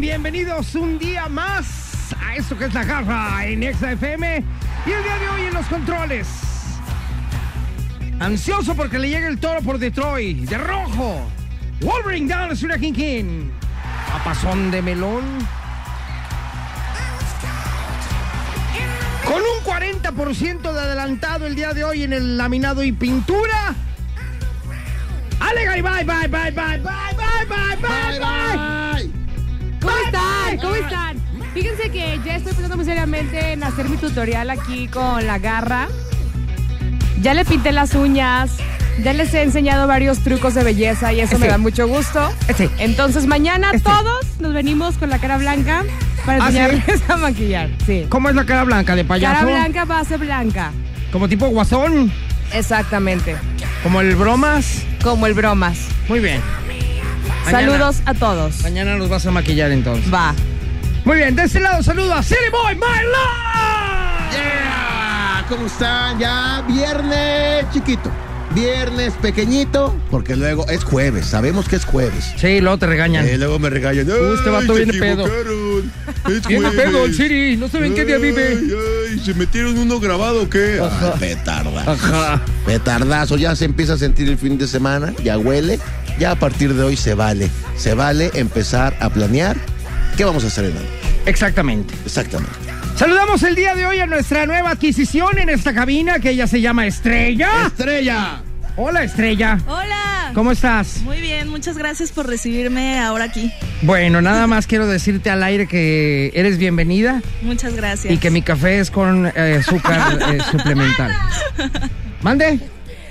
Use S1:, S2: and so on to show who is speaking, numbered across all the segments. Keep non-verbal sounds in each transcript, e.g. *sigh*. S1: bienvenidos un día más a esto que es la garra en Exa FM. Y el día de hoy en los controles. Ansioso porque le llega el toro por Detroit, de rojo. Wolverine down, es King King. Papazón de melón. Con un 40% de adelantado el día de hoy en el laminado y pintura. Alegre, bye, bye, bye, bye, bye, bye, bye, bye. bye.
S2: ¿Cómo están? ¿Cómo están? Fíjense que ya estoy pensando muy seriamente en hacer mi tutorial aquí con la garra. Ya le pinté las uñas, ya les he enseñado varios trucos de belleza y eso
S1: Este.
S2: me da mucho gusto.
S1: Este.
S2: Entonces mañana
S1: Este.
S2: todos nos venimos con la cara blanca para
S1: ¿Ah, sí?
S2: enseñarles *laughs* a maquillar. Sí.
S1: ¿Cómo es la cara blanca de
S2: Cara
S1: payaso?
S2: blanca, base blanca.
S1: Como tipo guasón,
S2: Exactamente.
S1: como el bromas.
S2: Como el bromas.
S1: Muy bien. Mañana-
S2: Saludos a todos.
S1: Mañana nos vas a maquillar entonces.
S2: Va.
S1: Muy bien, de este lado saludo a City Boy My Love.
S3: Yeah, Ah, ¿Cómo están? Ya viernes chiquito. Viernes pequeñito, porque luego es jueves. Sabemos que es jueves.
S1: Sí, luego te regañan.
S3: Eh, luego me regañan.
S1: Uh, este
S3: "Ay,
S1: vato
S3: se
S1: viene pedo". *laughs*
S3: equivocaron, Es
S1: Tiene
S3: jueves.
S1: pedo el Siri, no saben qué día vive. Ah.
S3: Ay, ay, ¿Se metieron uno grabado o qué?
S1: *laughs*
S3: Ay, petarda.
S1: Ajá.
S3: Petardazo. Ya se empieza a sentir el fin de semana. Ya huele. Ya a partir de hoy se vale. Se vale empezar a planear qué vamos a hacer en el-
S1: Exactamente.
S3: Exactamente.
S1: Saludamos el día de hoy a nuestra nueva adquisición en esta cabina que ella se llama Estrella.
S3: ¡Estrella!
S1: Hola Estrella.
S4: Hola.
S1: ¿Cómo estás?
S4: Muy bien, muchas gracias por recibirme ahora aquí.
S1: Bueno, nada más quiero decirte al aire que eres bienvenida
S4: Muchas gracias.
S1: y que mi café es con eh, azúcar eh, suplemental. ¿Mande?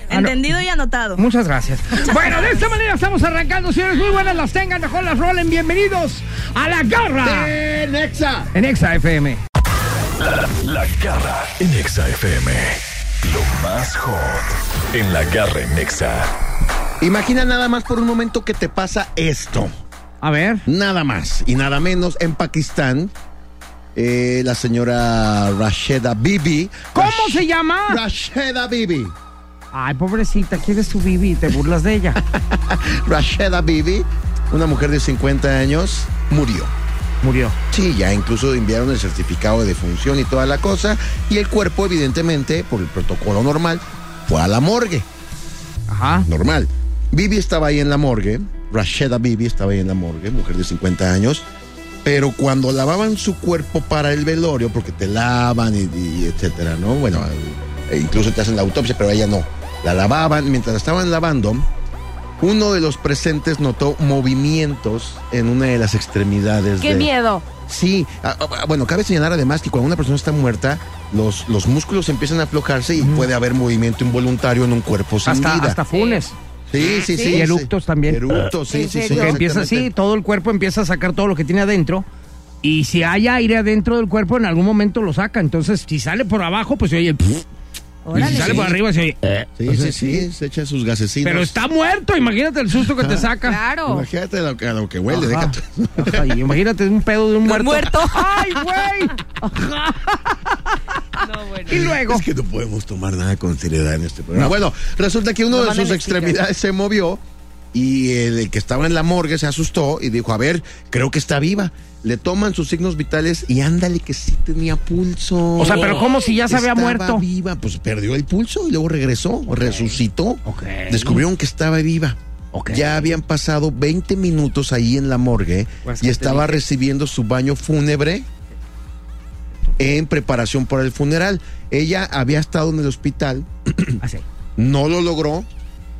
S1: Ah, no.
S4: Entendido y anotado.
S1: Muchas gracias. Bueno, de esta manera estamos arrancando, señores. Muy buenas las tengan, mejor las rolen. Bienvenidos a la garra
S3: ¡Nexa!
S1: en Exa FM.
S5: La Garra en Exa FM. Lo más hot en La Garra en Exa.
S3: Imagina nada más por un momento que te pasa esto.
S1: A ver.
S3: Nada más y nada menos en Pakistán. eh, la señora Rasheda Bibi.
S1: ¿Cómo
S3: Rash-
S1: se llama?
S3: Rasheda Bibi.
S1: Ay, pobrecita, quieres su bibi y te burlas de ella.
S3: Rasheda Bibi, una mujer de 50 años, murió.
S1: Murió.
S3: Sí, ya incluso enviaron el certificado de defunción y toda la cosa. Y el cuerpo, evidentemente, por el protocolo normal, fue a la morgue.
S1: Ajá.
S3: normal. Bibi estaba ahí en la morgue, Rasheda Bibi estaba ahí en la morgue, mujer de 50 años, pero cuando lavaban su cuerpo para el velorio, porque te lavan y, y etcétera, ¿no? Bueno, e incluso te hacen la autopsia, pero a ella no. La lavaban, mientras la estaban lavando, uno de los presentes notó movimientos en una de las extremidades.
S2: Qué
S3: de-
S2: miedo.
S3: Sí, ah, ah, bueno, cabe señalar además que cuando una persona está muerta, los, los músculos empiezan a aflojarse y puede haber movimiento involuntario en un cuerpo sin
S1: Hasta,
S3: vida.
S1: hasta Funes.
S3: Sí, sí, sí.
S1: Y eructos también.
S3: Eructos, sí,
S2: ¿Ah, ¿En
S3: sí, sí.
S2: serio?
S1: Que empieza así,
S3: exactamente.
S1: todo el cuerpo empieza a sacar todo lo que tiene adentro. Y si hay aire adentro del cuerpo, en algún momento lo saca. Entonces, si sale por abajo, pues se oye. el pf. Y si
S2: Órale.
S1: sale por arriba, se oye. eh.
S3: Sí, sí, sí, se echa sus gasecitos.
S1: Pero está muerto, imagínate el susto que te saca.
S2: Claro.
S3: Imagínate lo que, a lo que huele,
S1: Ajá.
S3: déjate.
S1: Ajá, y imagínate un pedo de un muerto.
S2: muerto.
S1: *laughs* ¡Ay, güey!
S2: No, bueno.
S1: Y luego.
S3: Es que no podemos tomar nada con seriedad en este programa. Bueno, resulta que uno
S2: Nos
S3: de
S2: mandan
S3: sus
S2: el sticker.
S3: extremidades se movió Y el, el que estaba en la morgue se asustó y dijo, a ver, creo que está viva. Le toman sus signos vitales y ándale que sí tenía pulso.
S1: O sea, pero ¿cómo si ya se había
S3: Estaba
S1: muerto?
S3: viva, pues perdió el pulso y luego regresó, resucitó.
S1: Ok.
S3: Descubrieron que estaba viva.
S1: Ok.
S3: Ya habían pasado 20 minutos ahí en la morgue
S1: Pues,
S3: y
S1: ¿qué te
S3: estaba
S1: dije?
S3: recibiendo su baño fúnebre en preparación para el funeral. Ella había estado en el hospital,
S1: Así.
S3: no lo logró,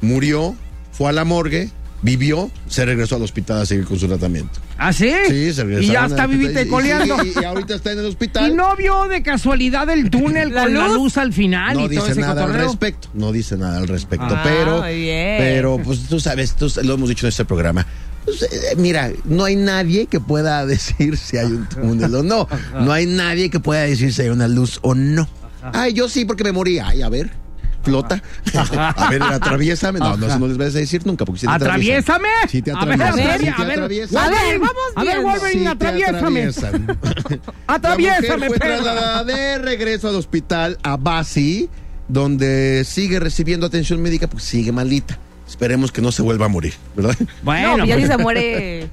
S3: murió, fue a la morgue, vivió, se regresó al hospital a seguir con su
S1: *laughs*
S3: tratamiento.
S1: ¿Ah, sí?
S3: Sí, se regresó.
S1: Y ya está vivita y coleando.
S3: Y, y ahorita está en el hospital.
S1: *laughs* Y no vio de casualidad el túnel
S2: La
S1: con la
S2: luz.
S1: luz al final
S3: no
S1: y todo
S3: dice
S1: ese
S3: nada al
S1: cotorreo.
S3: respecto. No dice nada al respecto.
S1: Ah,
S3: pero,
S2: muy bien.
S3: pero, pues tú sabes, tú- lo hemos dicho en este programa. Pues, eh, mira, no hay nadie que pueda *laughs* decir si hay un túnel
S1: *laughs*
S3: o no. No hay nadie que pueda decir si hay una luz o no. Ay, yo sí, porque me morí. Ay, a ver. Flota. *laughs* A ver, atraviésame. No, no, eso no les vas a decir nunca. Porque si te atraviesan.
S1: ¡Atraviésame!
S3: Sí te
S1: A ver,
S3: atraviesan,
S1: atravi-
S3: sí
S1: a
S3: te
S1: ver,
S3: atraviesan.
S1: a ver,
S2: vamos
S1: A ver,
S2: viendo.
S3: Sí
S1: Wolverine,
S3: te
S1: atraviésame.
S3: *laughs* atraviesan. La
S1: Atraviésame,
S3: mujer fue
S1: perra.
S3: trasladada de regreso al hospital a Basi, donde sigue recibiendo atención médica porque sigue malita. Esperemos que no se vuelva a morir, ¿verdad?
S1: Bueno,
S6: no, ya
S1: pues-
S6: si se muere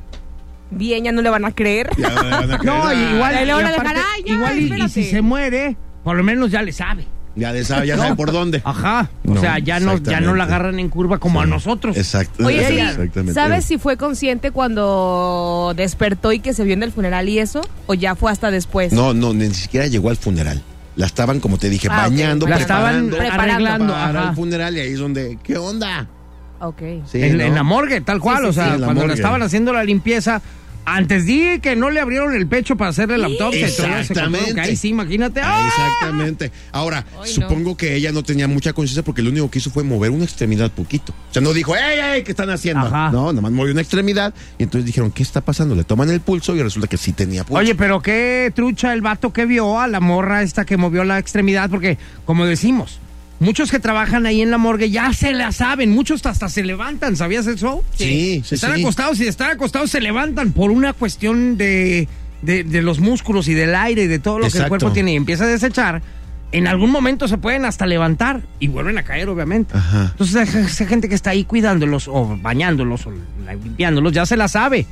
S6: bien, ya no le van a creer.
S3: *laughs* Ya me van a
S1: No,
S3: creer.
S1: y igual,
S6: Ahí le van
S1: y
S6: a dejar,
S1: aparte,
S6: "Ay, ya,
S1: igual y- y, si
S6: espérate".
S1: se muere, por lo menos ya le sabe.
S3: Ya le sabe, ya sabe por dónde.
S1: Ajá. o
S3: No,
S1: sea, ya no, ya no
S3: exactamente.
S1: la agarran en curva Ah, como a nosotros.
S3: Exacto.
S6: Oye, sí,
S3: Exactamente.
S6: ¿sabes si fue consciente cuando despertó y que se vio en el funeral y eso? ¿O ya fue hasta después?
S3: No, no, ni siquiera llegó al funeral. La estaban, como te dije,
S6: Ah, ok.
S3: bañando,
S1: La estaban
S3: preparando
S6: Preparando
S1: arreglando.
S3: para
S1: ajá.
S3: el funeral y ahí es donde, ¿qué onda?
S6: Ok.
S3: Sí,
S1: en,
S3: ¿no?
S1: en la morgue, tal cual.
S6: Sí, sí,
S1: o sea,
S3: sí, en la
S1: cuando le
S3: morgue.
S1: estaban haciendo la limpieza, antes di que no le abrieron el pecho para hacerle la autopsia. y todo ese
S3: Exactamente.
S1: cotorreo que Ahí sí, imagínate.
S3: Ah,
S1: ¡ah!
S3: Exactamente. Ahora,
S6: Ay, no.
S3: supongo que ella no tenía mucha conciencia porque lo único que hizo fue mover una extremidad poquito. O sea, no dijo, ¡ey, ey! ¿Qué están haciendo?
S1: Ajá.
S3: No, nomás movió una extremidad y entonces dijeron, ¿qué está pasando? Le toman el pulso y resulta que sí tenía pulso.
S1: Oye, pero qué trucha el vato que vio a la morra esta que movió la extremidad, porque como decimos, muchos que trabajan ahí en la morgue ya se la saben, muchos hasta se levantan, ¿sabías eso?
S3: Sí, sí,
S1: Están
S3: sí.
S1: acostados y están acostados se levantan por una cuestión de, de- de los músculos y del aire y de todo lo que el
S3: Exacto.
S1: cuerpo tiene y empieza a desechar. En algún momento se pueden hasta levantar y vuelven a caer, obviamente.
S3: Ajá.
S1: Entonces, esa- esa gente que está ahí cuidándolos o bañándolos o limpiándolos ya se la sabe.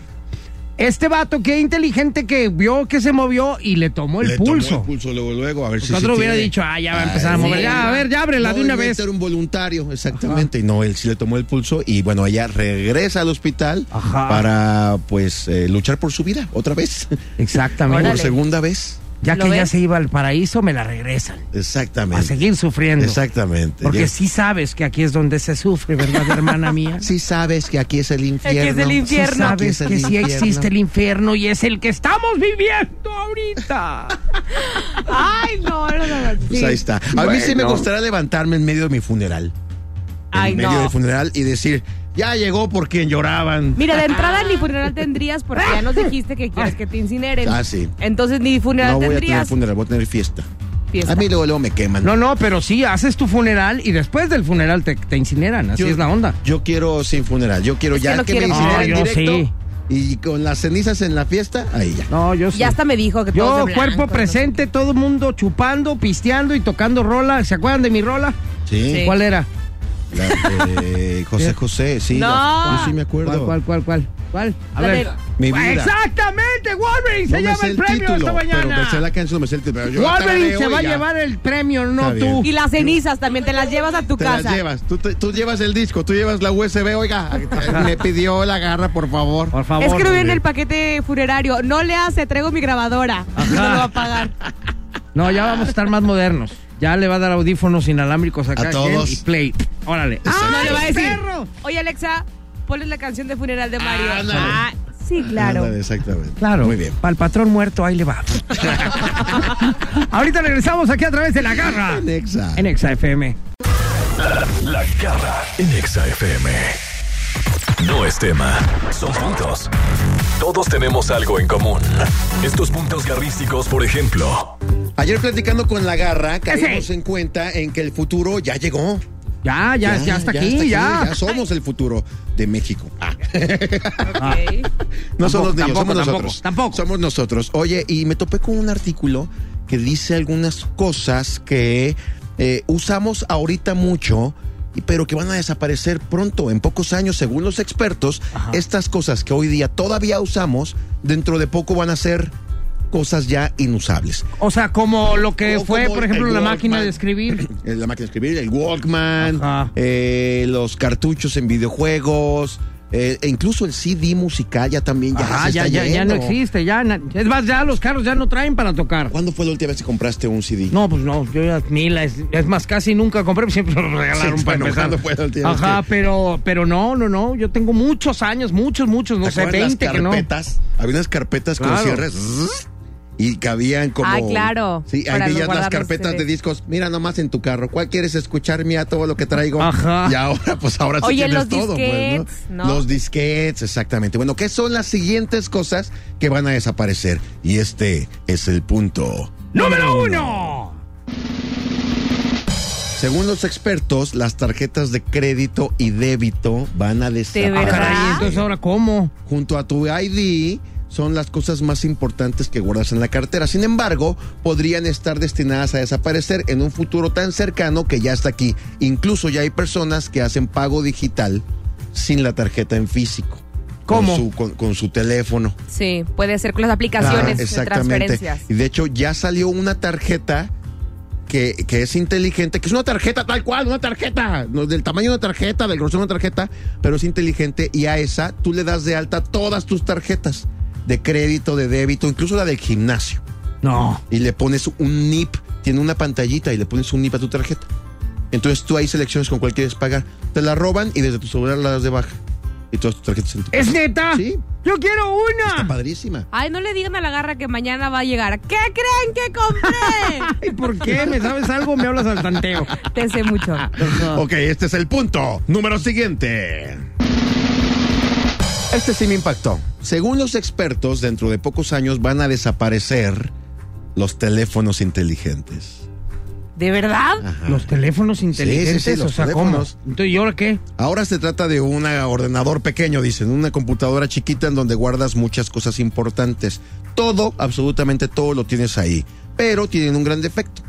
S1: Este vato, qué inteligente que vio que se movió y le tomó el
S3: Le tomó
S1: pulso.
S3: el pulso luego, luego, a ver si
S1: Nosotros
S3: sí
S1: hubiera
S3: tiene.
S1: dicho, ah, ya va a
S3: Ay,
S1: empezar a mover.
S3: sí.
S1: Ya, a ver, ya ábrela
S3: No,
S1: de una
S3: debe
S1: vez.
S3: ser un voluntario, exactamente. Y no, él sí le tomó el pulso y bueno, ella regresa al hospital
S1: Ajá.
S3: para pues eh, luchar por su vida otra vez.
S1: Exactamente. Pues,
S3: Por segunda vez.
S1: Ya
S6: ¿Lo
S1: que ya
S6: ves?
S1: se iba al paraíso, me la regresan.
S3: Exactamente.
S1: A seguir sufriendo.
S3: Exactamente.
S1: Porque
S3: Ya-
S1: sí sabes que aquí es donde se sufre, ¿verdad,
S3: *laughs*
S1: hermana mía?
S3: Si sabes que aquí es el infierno.
S6: Aquí es el infierno.
S3: Sí
S1: Sabes
S3: aquí es el
S1: que sí
S3: infierno.
S1: existe el infierno y es el que estamos viviendo
S3: *laughs*
S1: ahorita.
S2: Ay, no, no, no. no.
S3: Pues ahí está. A mí sí me gustaría levantarme en medio de mi funeral.
S6: Ay,
S3: en medio
S6: no.
S3: del funeral y decir, ya llegó por quien lloraban.
S6: Mira, de entrada ni funeral tendrías porque ya nos dijiste que quieres que te incineren.
S3: Ah, sí.
S6: Entonces ni funeral
S3: No voy a tener
S6: tendrías.
S3: funeral, voy a tener fiesta.
S6: Fiesta.
S3: A mí luego, luego me queman.
S1: No, no, pero sí, haces tu funeral y después del funeral te, te incineran. Así
S3: Yo-
S1: es la onda.
S3: Yo quiero sin funeral. Yo quiero
S6: Es
S3: ya
S6: que no
S3: que, me
S6: quiere-
S3: incineren
S1: No, yo
S3: directo.
S1: sí.
S3: Y con las cenizas en la fiesta, ahí ya.
S1: No, yo
S6: Ya hasta me dijo que todo
S1: Yo, cuerpo presente, todo el mundo chupando, pisteando y tocando rola. ¿Se acuerdan de mi rola?
S3: Sí.
S1: ¿Cuál era?
S3: La de José José, sí.
S6: No.
S3: la- yo sí me
S1: ¿Cuál,
S3: acuerdo.
S1: cuál, cuál? ¿Cuál? ¿Cuál? A
S6: La
S1: ver.
S6: de-
S3: Mi vida.
S1: Exactamente, Wolverine se
S3: No me
S1: lleva
S3: sé
S1: el
S3: el
S1: premio
S3: título,
S1: esta
S3: pero me sé
S1: mañana.
S3: la canción, me sé el título. pero yo la
S1: Wolverine se
S3: tarareo
S1: va a
S3: y ya.
S1: llevar el premio, no
S3: Está bien.
S1: tú.
S6: Y las cenizas también te las llevas a tu
S3: Te
S6: casa.
S3: las llevas. Tú, te- tú llevas el disco, tú llevas la USB.
S1: *laughs*
S3: Oiga, me pidió la garra, por favor.
S1: Por favor.
S6: Escribe en el paquete funerario. No le hace, traigo mi grabadora. No lo va a
S3: *laughs*
S6: pagar.
S1: No, ya vamos a estar más modernos. Ya le va a dar audífonos inalámbricos acá
S3: A todos.
S1: quien y play. Órale. Ah,
S6: no le va a decir.
S1: perro!
S6: Oye, Alexa, ponle la canción de funeral de Mario.
S3: Ándale.
S6: Ah, sí, claro.
S3: Ándale, exactamente.
S1: Claro.
S3: Muy bien.
S1: Para el patrón muerto, ahí le
S3: *laughs*
S1: va. Ahorita regresamos aquí a través de la garra.
S3: Nexa.
S1: En Exa FM.
S5: La garra en Exa FM. No es tema, son puntos. Todos tenemos algo en común. Estos puntos garrísticos, por ejemplo.
S3: Ayer platicando con la garra, caímos en cuenta en que el futuro ya llegó.
S1: Ya, ya, ya, está aquí, ya.
S3: Ya somos el futuro de México. Ah,
S6: Ok.
S3: no son
S1: tampoco,
S3: los niños, somos
S1: tampoco,
S3: nosotros.
S1: tampoco.
S3: Somos nosotros. Oye, y me topé con un artículo que dice algunas cosas que eh, usamos ahorita mucho, y- pero que van a desaparecer pronto, en pocos años, según los expertos, estas cosas que hoy día todavía usamos, dentro de poco van a ser cosas ya inusables.
S1: O sea, como lo que
S3: O
S1: fue,
S3: como
S1: por ejemplo,
S3: el
S1: la máquina
S3: Walkman.
S1: de escribir.
S3: Eh, La máquina de escribir, el Walkman,
S1: Ajá.
S3: eh, los cartuchos en videojuegos, eh, e incluso el CD musical ya también ya
S1: Ajá,
S3: se
S1: Ah, ya,
S3: está
S1: ya, ya no
S3: yendo.
S1: existe, ya. na- Es más, ya los carros ya no traen para tocar.
S3: ¿Cuándo fue la última vez que compraste un CD?
S1: No, pues no, yo ya mil, es, es más, casi nunca compré, *laughs* siempre lo regalaron
S3: Sí,
S1: para
S3: bueno,
S1: empezar.
S3: ¿cuándo fue la última vez
S1: Ajá,
S3: que-
S1: pero, pero no, no, no, yo tengo muchos años, muchos, muchos, no
S3: ¿Te
S1: sé,
S3: acuerdas las
S1: 20 Pues que no.
S3: carpetas? Había unas carpetas
S1: Claro.
S3: con cierres zzz, y cabían como.
S6: Ah, claro,
S3: Sí, ahí
S6: para
S3: veías
S6: guardar
S3: las
S6: los
S3: carpetas de
S6: CDs.
S3: discos. Mira nomás en tu carro. ¿Cuál quieres escuchar? Mira todo lo que traigo.
S1: Ajá.
S3: Y ahora, pues ahora sí
S6: Oye,
S3: tienes
S6: los
S3: todo. pues, ¿no?
S6: disquets, ¿no?
S3: Los disquets, exactamente. Bueno, ¿qué son las siguientes cosas que van a desaparecer? Y este es el punto.
S1: ¡Número uno!
S3: Según los expertos, las tarjetas de crédito y débito van a desaparecer.
S1: Ah,
S6: ¿Verdad?
S1: caray, entonces ahora cómo?
S3: junto a tu ID son las cosas más importantes que guardas en la cartera. Sin embargo, podrían estar destinadas a desaparecer en un futuro tan cercano que ya está aquí. Incluso ya hay personas que hacen pago digital sin la tarjeta en físico.
S1: ¿Cómo?
S3: Con su, con- con su teléfono.
S6: Sí, puede ser con las aplicaciones
S3: Ah,
S6: de transferencias.
S3: Y de hecho ya salió una tarjeta que, que es inteligente, que es una tarjeta tal cual, una tarjeta, no, del tamaño de una tarjeta, del grosor de una tarjeta, pero es inteligente y a esa tú le das de alta todas tus tarjetas de crédito, de débito, incluso la del gimnasio.
S1: No.
S3: Y le pones un NIP, tiene una pantallita y le pones un NIP a tu tarjeta. Entonces tú ahí seleccionas con cuál quieres pagar. Te la roban y desde tu celular la das de baja. Y todas tus tarjetas en tu-
S1: ¿Es neta?
S3: Sí.
S1: Yo quiero
S3: Está
S1: una.
S3: padrísima.
S6: Ay, no le digan a la garra que mañana va a llegar. ¿Qué creen que
S3: *laughs*
S6: compré?
S1: ¿Y por qué? ¿Me sabes algo? Me hablas al tanteo.
S6: Te sé mucho.
S3: Ok, este es el punto. Número siguiente. Este sí me impactó. Según los expertos, dentro de pocos años van a desaparecer los teléfonos inteligentes.
S6: ¿De verdad?
S3: Ah.
S1: Los teléfonos inteligentes,
S3: sí, sí, los
S1: o sea,
S3: teléfonos.
S1: ¿cómo? Entonces, ¿y ahora qué?
S3: Ahora se trata de un ordenador pequeño, dicen, una computadora chiquita en donde guardas muchas cosas importantes. Todo, absolutamente todo lo tienes ahí, pero tienen un gran defecto.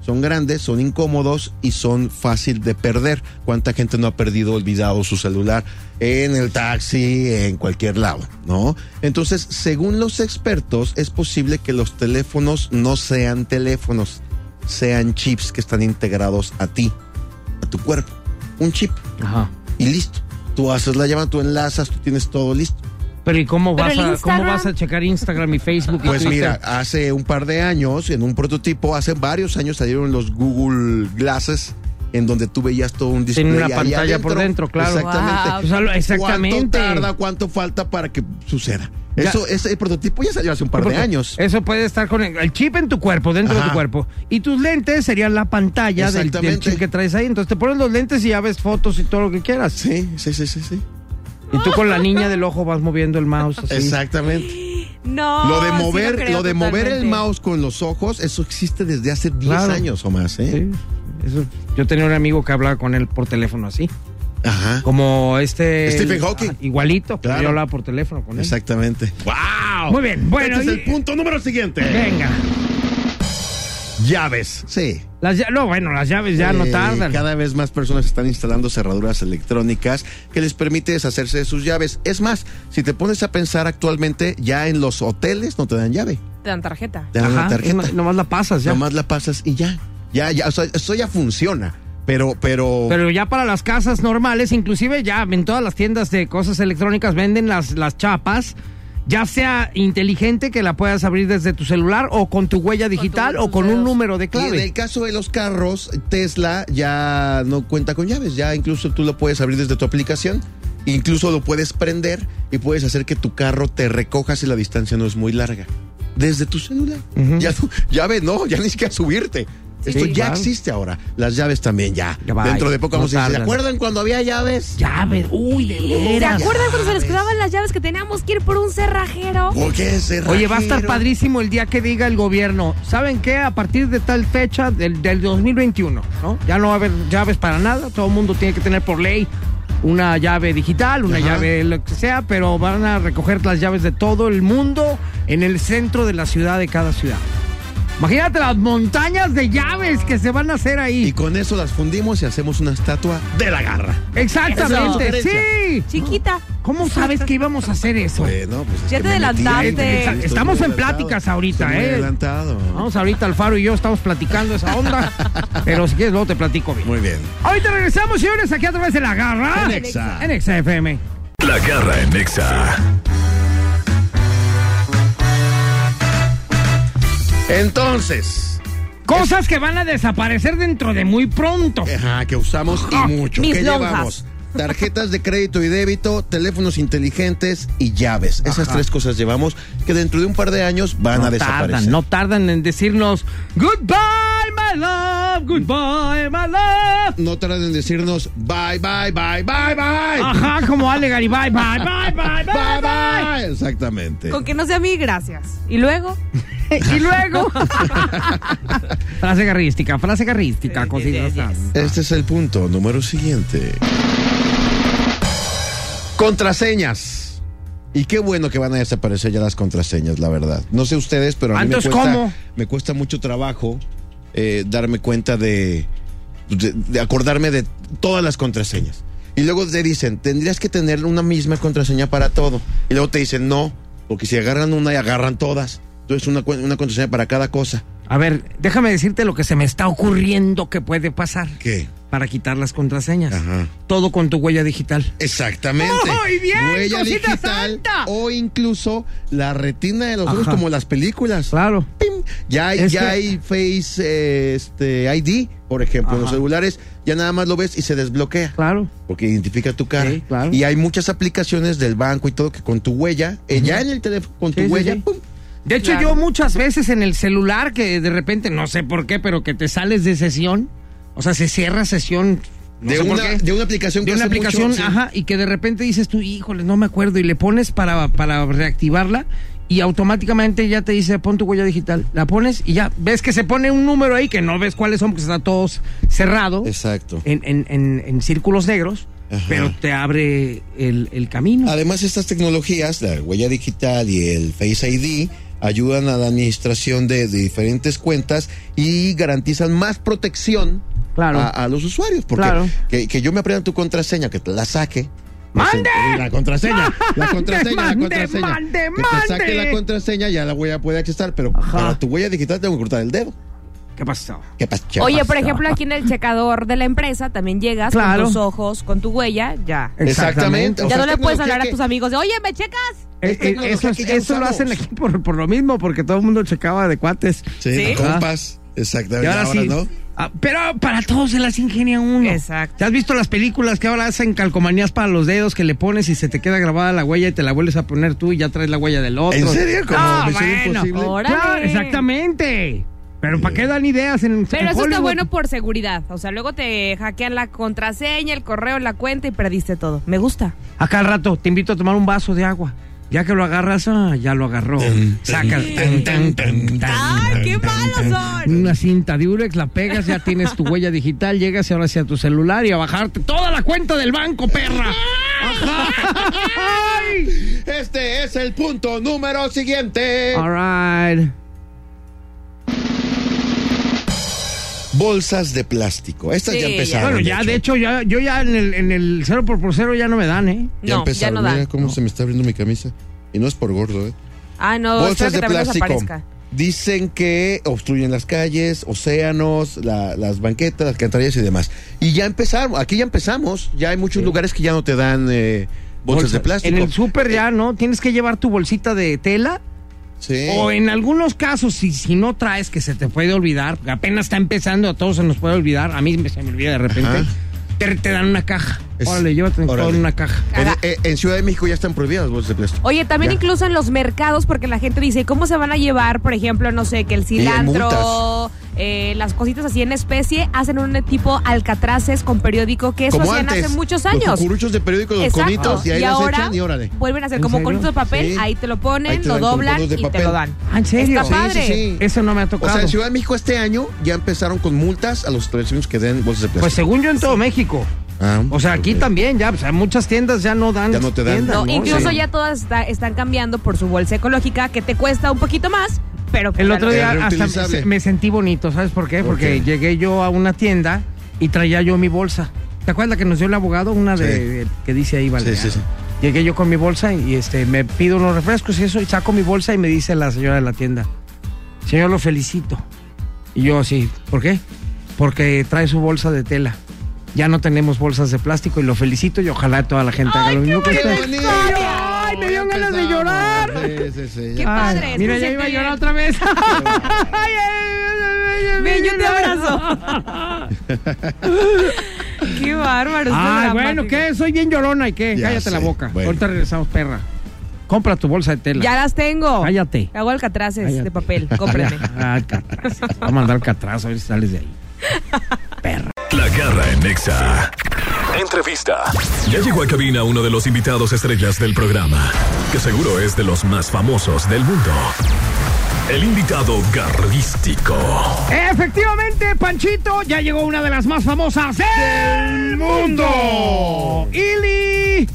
S3: Son grandes, son incómodos y son fácil de perder. ¿Cuánta gente no ha perdido, olvidado su celular en el taxi, en cualquier lado, no? Entonces, según los expertos, es posible que los teléfonos no sean teléfonos, sean chips que están integrados a ti, a tu cuerpo. Un chip
S1: Ajá.
S3: y listo. Tú haces la llamada, tú enlazas, tú tienes todo listo.
S1: Pero ¿y cómo
S6: Pero
S1: vas,
S6: el
S1: a, cómo
S6: Instagram-
S1: vas a checar Instagram y Facebook? y
S3: Pues
S1: Twitter?
S3: mira, hace un par de años, en un prototipo, hace varios años salieron los Google Glasses, en donde tú veías todo un display.
S1: Tiene una
S3: ahí
S1: pantalla
S3: adentro.
S1: por dentro, claro.
S3: Exactamente.
S1: O sea, lo- exactamente.
S3: ¿Cuánto tarda, cuánto falta para que suceda?
S1: Ya.
S3: Eso, ese prototipo ya salió hace un par de
S1: Porque
S3: años.
S1: Eso puede estar con el, el chip en tu cuerpo, dentro de
S3: Ajá.
S1: tu cuerpo. Y tus lentes serían la pantalla del, del
S3: Exactamente.
S1: chip que traes ahí. Entonces te pones los lentes y ya ves fotos y todo lo que quieras.
S3: Sí, sí, sí, sí, sí.
S1: Y tú con la niña del ojo vas moviendo el mouse. así.
S3: Exactamente.
S6: No.
S3: lo de
S6: sí
S3: mover,
S6: creo
S3: lo de mover el
S6: totalmente.
S3: mouse con los ojos, eso existe desde hace 10
S1: Claro.
S3: años o más, ¿eh?
S1: Sí, eso- Yo tenía un amigo que hablaba con él por teléfono así.
S3: Ajá.
S1: Como este.
S3: Stephen
S1: el-
S3: Hawking.
S1: ah, igualito. pero
S3: Claro.
S1: Yo hablaba por teléfono con él.
S3: Exactamente. ¡Wow!
S1: Muy bien, bueno,
S3: Este
S1: y-
S3: es el punto número siguiente.
S1: Venga.
S3: Llaves. Sí.
S1: Las, lla- no, bueno, las llaves ya no
S3: Eh,
S1: tardan.
S3: Cada vez más personas están instalando cerraduras electrónicas que les permite deshacerse de sus llaves. Es más, si te pones a pensar actualmente, ya en los hoteles no te dan llave.
S6: Te dan tarjeta.
S3: Te dan
S1: Ajá,
S3: la
S1: es
S3: tarjeta.
S1: más- nomás la pasas ya.
S3: Nomás la pasas y ya. Ya, ya. O sea, eso ya funciona. Pero, pero.
S1: Pero ya para las casas normales, inclusive ya en todas las tiendas de cosas electrónicas venden las, las chapas. Ya sea inteligente que la puedas abrir desde tu celular o con tu huella digital
S6: tus
S1: o con un
S6: dedos.
S1: número de
S3: y en
S1: clave.
S3: el caso de los carros, Tesla ya no cuenta con llaves, ya incluso tú lo puedes abrir desde tu aplicación, incluso lo puedes prender y puedes hacer que tu carro te recoja si la distancia no es muy larga. Desde tu celular. Ya no- *laughs* llave no, ya ni siquiera subirte.
S6: Sí,
S3: Esto
S6: sí.
S3: ya
S1: Claro.
S3: existe ahora. Las llaves también ya.
S1: Ya va,
S3: Dentro de poco
S1: no
S3: vamos a decir, ¿se
S1: tardan.
S3: acuerdan cuando había llaves?
S1: Llaves, uy, de
S6: ¿Se
S1: veras.
S6: acuerdan cuando se les quedaban las llaves que teníamos que ir por un cerrajero?
S3: ¿Por qué cerrajero?
S1: Oye, va a estar padrísimo el día que diga el gobierno, ¿saben qué? A partir de tal fecha del, del 2021, ¿no? Ya no va a haber llaves para nada, todo el mundo tiene que tener por ley una llave digital, una
S3: Ajá.
S1: llave lo que sea, pero van a recoger las llaves de todo el mundo en el centro de la ciudad de cada ciudad. Imagínate las montañas de llaves que se van a hacer
S3: Y
S1: ahí.
S3: con eso las fundimos y hacemos una estatua de la garra.
S1: Exactamente,
S3: Eso.
S1: sí.
S6: Chiquita.
S1: ¿Cómo sabes que íbamos a hacer eso?
S3: Bueno, pues. es
S6: Ya
S3: que
S6: te
S3: me metí,
S6: adelantaste.
S3: estoy muy
S1: Estamos en
S3: adelantado.
S1: pláticas ahorita,
S3: Estoy muy
S1: ¿eh?
S3: adelantado.
S1: Vamos ahorita, Alfaro y yo estamos platicando esa
S3: *laughs*
S1: onda. pero si quieres, luego te platico bien.
S3: Muy bien.
S1: Ahorita regresamos, señores, aquí a través de la garra.
S3: En Exa.
S1: En Exa FM.
S5: La garra en Nexa.
S3: Entonces,
S1: Cosas que van a desaparecer dentro de muy pronto.
S3: ajá, que usamos
S1: Ah,
S3: y mucho.
S6: mis
S3: ¿Qué
S6: lonjas.
S3: llevamos? Tarjetas de crédito y débito, teléfonos inteligentes y llaves. Esas tres cosas llevamos que dentro de un par de años van a
S1: No
S3: desaparecer.
S1: tardan, no tardan en decirnos goodbye, my love, goodbye, my love.
S3: no tardan en decirnos bye, bye, bye, bye, bye. *laughs*
S1: Ajá, como Ale Garibay, bye, Ah. bye, bye,
S3: Bye,
S1: bye, bye.
S3: bye. Exactamente.
S6: Con que no sea mi gracias. Y
S3: *laughs*
S6: luego,
S1: y luego. frase garrística, frase garrística, cositas. así.
S3: Este es el punto número siguiente. Contraseñas. Y qué bueno que van a desaparecer ya las contraseñas, la verdad. No sé ustedes, pero a mí me
S1: Antes,
S3: cuesta,
S1: ¿cómo?
S3: me cuesta mucho trabajo eh, darme cuenta de, de- de acordarme de todas las contraseñas. Y luego te dicen, tendrías que tener una misma contraseña para todo. Y luego te dicen, no, porque si agarran una y agarran todas. Entonces una, cuen- una contraseña para cada cosa.
S1: A ver, déjame decirte lo que se me está ocurriendo que puede pasar
S3: ¿Qué?
S1: para quitar las contraseñas.
S3: Ajá.
S1: Todo con tu huella digital.
S3: Exactamente.
S1: ¡Muy bien,
S3: Huella
S1: cosita
S3: digital
S1: santa!
S3: o incluso la retina de los ojos
S1: Ajá.
S3: como las películas.
S1: Claro.
S3: ¡Pim! Ya hay,
S1: Es
S3: ya
S1: que-
S3: hay Face eh, este, ID, por ejemplo, en los
S1: Ajá.
S3: celulares, ya nada más lo ves y se desbloquea.
S1: Claro.
S3: Porque identifica tu cara.
S1: Sí, claro.
S3: Y hay muchas aplicaciones del banco y todo que con tu huella, eh, ya en el teléfono, con tu
S1: Sí, sí,
S3: huella,
S1: sí.
S3: ¡pum!
S1: De hecho, yo muchas veces en el celular que de repente, no sé por qué, pero que te sales de sesión, o sea, se cierra sesión. no
S3: de,
S1: sé por
S3: una,
S1: qué.
S3: de una aplicación que
S1: de una
S3: hace mucho,
S1: aplicación,
S3: sí.
S1: ajá, y que de repente dices tú, híjole, no me acuerdo, y le pones para, para reactivarla y automáticamente ya te dice, pon tu huella digital. La pones y ya ves que se pone un número ahí que no ves cuáles son porque está todo cerrado
S3: Exacto.
S1: en, en- en- en círculos negros,
S3: Ajá.
S1: pero te abre el, el camino.
S3: Además, estas tecnologías, la huella digital y el Face ID, ayudan a la administración de, de diferentes cuentas y garantizan más protección
S1: Claro.
S3: a, a los usuarios. Porque
S1: Claro.
S3: que, que yo me aprenda tu contraseña, que te la saque.
S1: ¡Mande!
S3: La contraseña, la contraseña,
S1: ¡Mande,
S3: la contraseña.
S1: mande,
S3: que
S1: mande!
S3: te saque la contraseña, ya la huella puede accesar, pero
S1: Ajá.
S3: para tu huella digital tengo que cortar el dedo.
S1: ¿Qué pasó?
S3: *laughs* ¿Qué pasa? chava?
S6: oye, por ejemplo, aquí en el checador de la empresa también llegas
S1: Claro.
S6: con tus ojos, con tu huella, ya.
S3: Exactamente. O
S6: ya no
S3: sea,
S6: le puedes
S3: tecnología
S6: hablar a
S3: que-
S6: tus amigos de, oye, ¿me checas?
S1: Eh,
S3: Es
S1: eh,
S3: tecnología
S1: eso es-
S3: que ya
S1: eso lo
S3: usamos.
S1: hacen aquí por, por lo mismo, porque todo el mundo checaba de cuates.
S3: Sí,
S6: ¿Sí?
S3: a compas. Exactamente.
S1: Y ahora sí.
S3: ¿no?
S1: Ah, pero para todos se las ingenia uno.
S6: Exacto.
S1: ¿Te has visto las películas que ahora hacen calcomanías para los dedos que le pones y se te queda grabada la huella y te la vuelves a poner tú y ya traes la huella del otro?
S3: ¿En serio? Como
S1: Ah,
S3: Misión
S1: bueno.
S3: Imposible.
S6: Ahora-
S1: Claro,
S6: ¡Órale!
S1: exactamente. Pero ¿para qué dan ideas en en
S6: Pero eso está
S1: Hollywood?
S6: bueno por seguridad. O sea, luego te hackean la contraseña, el correo, la cuenta y perdiste todo. Me gusta.
S1: Acá al rato te invito a tomar un vaso de agua. Ya que lo agarras, ah, ya lo agarró. Sacas. tan, tan, tan, tan,
S6: ¡Ay, qué malos son!
S1: Una cinta de Urex, la pegas, ya tienes tu huella digital, llegas y ahora hacia tu celular y a bajarte toda la cuenta del banco, perra. Ajá. Ay.
S3: Este es el punto número siguiente.
S1: All right.
S3: Bolsas de plástico. Estas
S6: Sí,
S3: ya
S6: ya.
S3: empezaron.
S1: Bueno, ya de hecho, ya, yo ya en el, en el 0 por 0 ya no me dan, ¿eh?
S6: No, ya no da.
S3: Mira cómo se me está abriendo mi camisa. Y no es por gordo, ¿eh?
S6: Ah, no, espero
S3: Bolsas
S6: que
S3: de
S6: también
S3: plástico.
S6: desaparezca.
S3: Dicen que obstruyen las calles, océanos, la- las banquetas, las alcantarillas y demás. Y ya empezaron, aquí ya empezamos. Ya hay muchos lugares que ya no te dan eh, bolsas, de plástico.
S1: En el súper ya, ¿no? Tienes que llevar tu bolsita de tela.
S3: Sí.
S1: O en algunos casos, si, si no traes, que se te puede olvidar, porque apenas está empezando, a todos se nos puede olvidar, a mí me- se me olvida de repente,
S3: Ajá.
S1: te, te dan una caja.
S3: Es-
S1: Órale, llévate todo
S3: órale.
S1: en una caja.
S3: En, eh, en Ciudad de México ya están prohibidas las bolsas de plástico.
S6: Oye, también
S3: Ya.
S6: incluso en los mercados, porque la gente dice, ¿cómo se van a llevar, por ejemplo, no sé, que el
S3: hay
S6: cilantro, eh, las cositas así en especie, hacen un tipo alcatraces con periódico, que eso
S3: Como
S6: hacían
S3: antes.
S6: hace muchos
S3: Los
S6: años.
S3: cucuruchos de periódico, los
S6: Exacto.
S3: conitos, y ahí las
S6: ahora
S3: echan y órale.
S6: vuelven a hacer
S1: ¿En
S6: como
S1: serio?
S6: conitos de papel,
S3: Sí.
S6: ahí te lo
S3: Ahí
S6: ponen,
S3: te
S6: lo
S3: dan con
S6: doblan
S3: bonos de
S6: y te
S3: papel.
S6: lo dan.
S1: Ah, ¿en serio?
S6: Está
S1: Sí, sí,
S6: padre.
S3: sí.
S1: Eso no me ha tocado.
S3: O sea, en Ciudad de México este año ya empezaron con multas a los establecimientos que den bolsas de plástico.
S1: pues según yo en todo México.
S3: Ah,
S1: O sea, aquí
S3: ok.
S1: también ya, o sea, muchas tiendas ya no dan.
S3: Ya no te dan.
S1: tiendas,
S6: No,
S3: ¿no?
S6: incluso
S3: Sí.
S6: ya todas está- están cambiando por su bolsa ecológica, que te cuesta un poquito más, pero pues,
S1: El
S6: ya
S1: otro
S6: lo-
S1: día hasta
S3: Es
S1: me,
S3: reutilizable.
S1: me sentí bonito, ¿sabes por qué?
S3: ¿Por
S1: Porque
S3: qué?
S1: llegué yo a una tienda y traía yo mi bolsa. ¿Te acuerdas la que nos dio el abogado? Una de,
S3: Sí.
S1: de- que dice ahí, vale.
S3: sí, sí.
S1: Llegué yo con mi bolsa y este me pido unos refrescos y eso, y saco mi bolsa y me dice la señora de la tienda, señor, lo felicito. Y yo así, ¿por qué? Porque trae su bolsa de tela. Ya no tenemos bolsas de plástico y lo felicito y ojalá toda la gente haga lo mismo que usted. ¡Ay, me dieron ganas de llorar!
S3: Sí, sí, sí.
S6: Qué
S3: ya.
S1: Ay,
S6: padre, se
S1: Mira, ya
S6: siente
S1: iba a llorar
S6: bien.
S1: otra vez.
S6: *laughs* Ven, yo te abrazo.
S1: *laughs*
S6: Qué bárbaro. esto es
S1: Ay, bueno,
S6: dramático.
S1: ¿qué? Soy bien llorona y qué.
S3: Ya
S1: Cállate la
S3: sé,
S1: boca.
S3: bueno.
S1: Ahorita regresamos, perra. Compra tu bolsa de tela.
S6: Ya las tengo.
S1: Cállate. Ah,
S6: Hago alcatraces
S1: Cállate. *laughs*
S6: de papel, cómprenme.
S1: Alcatraz. Va a mandar Alcatraz a ver si sales de ahí.
S5: La garra en Nexa. Entrevista. Ya llegó a cabina uno de los invitados estrellas del programa, que seguro es de los más famosos del mundo. El invitado garrístico.
S1: Efectivamente, Panchito, ya llegó una de las más famosas del mundo. Ili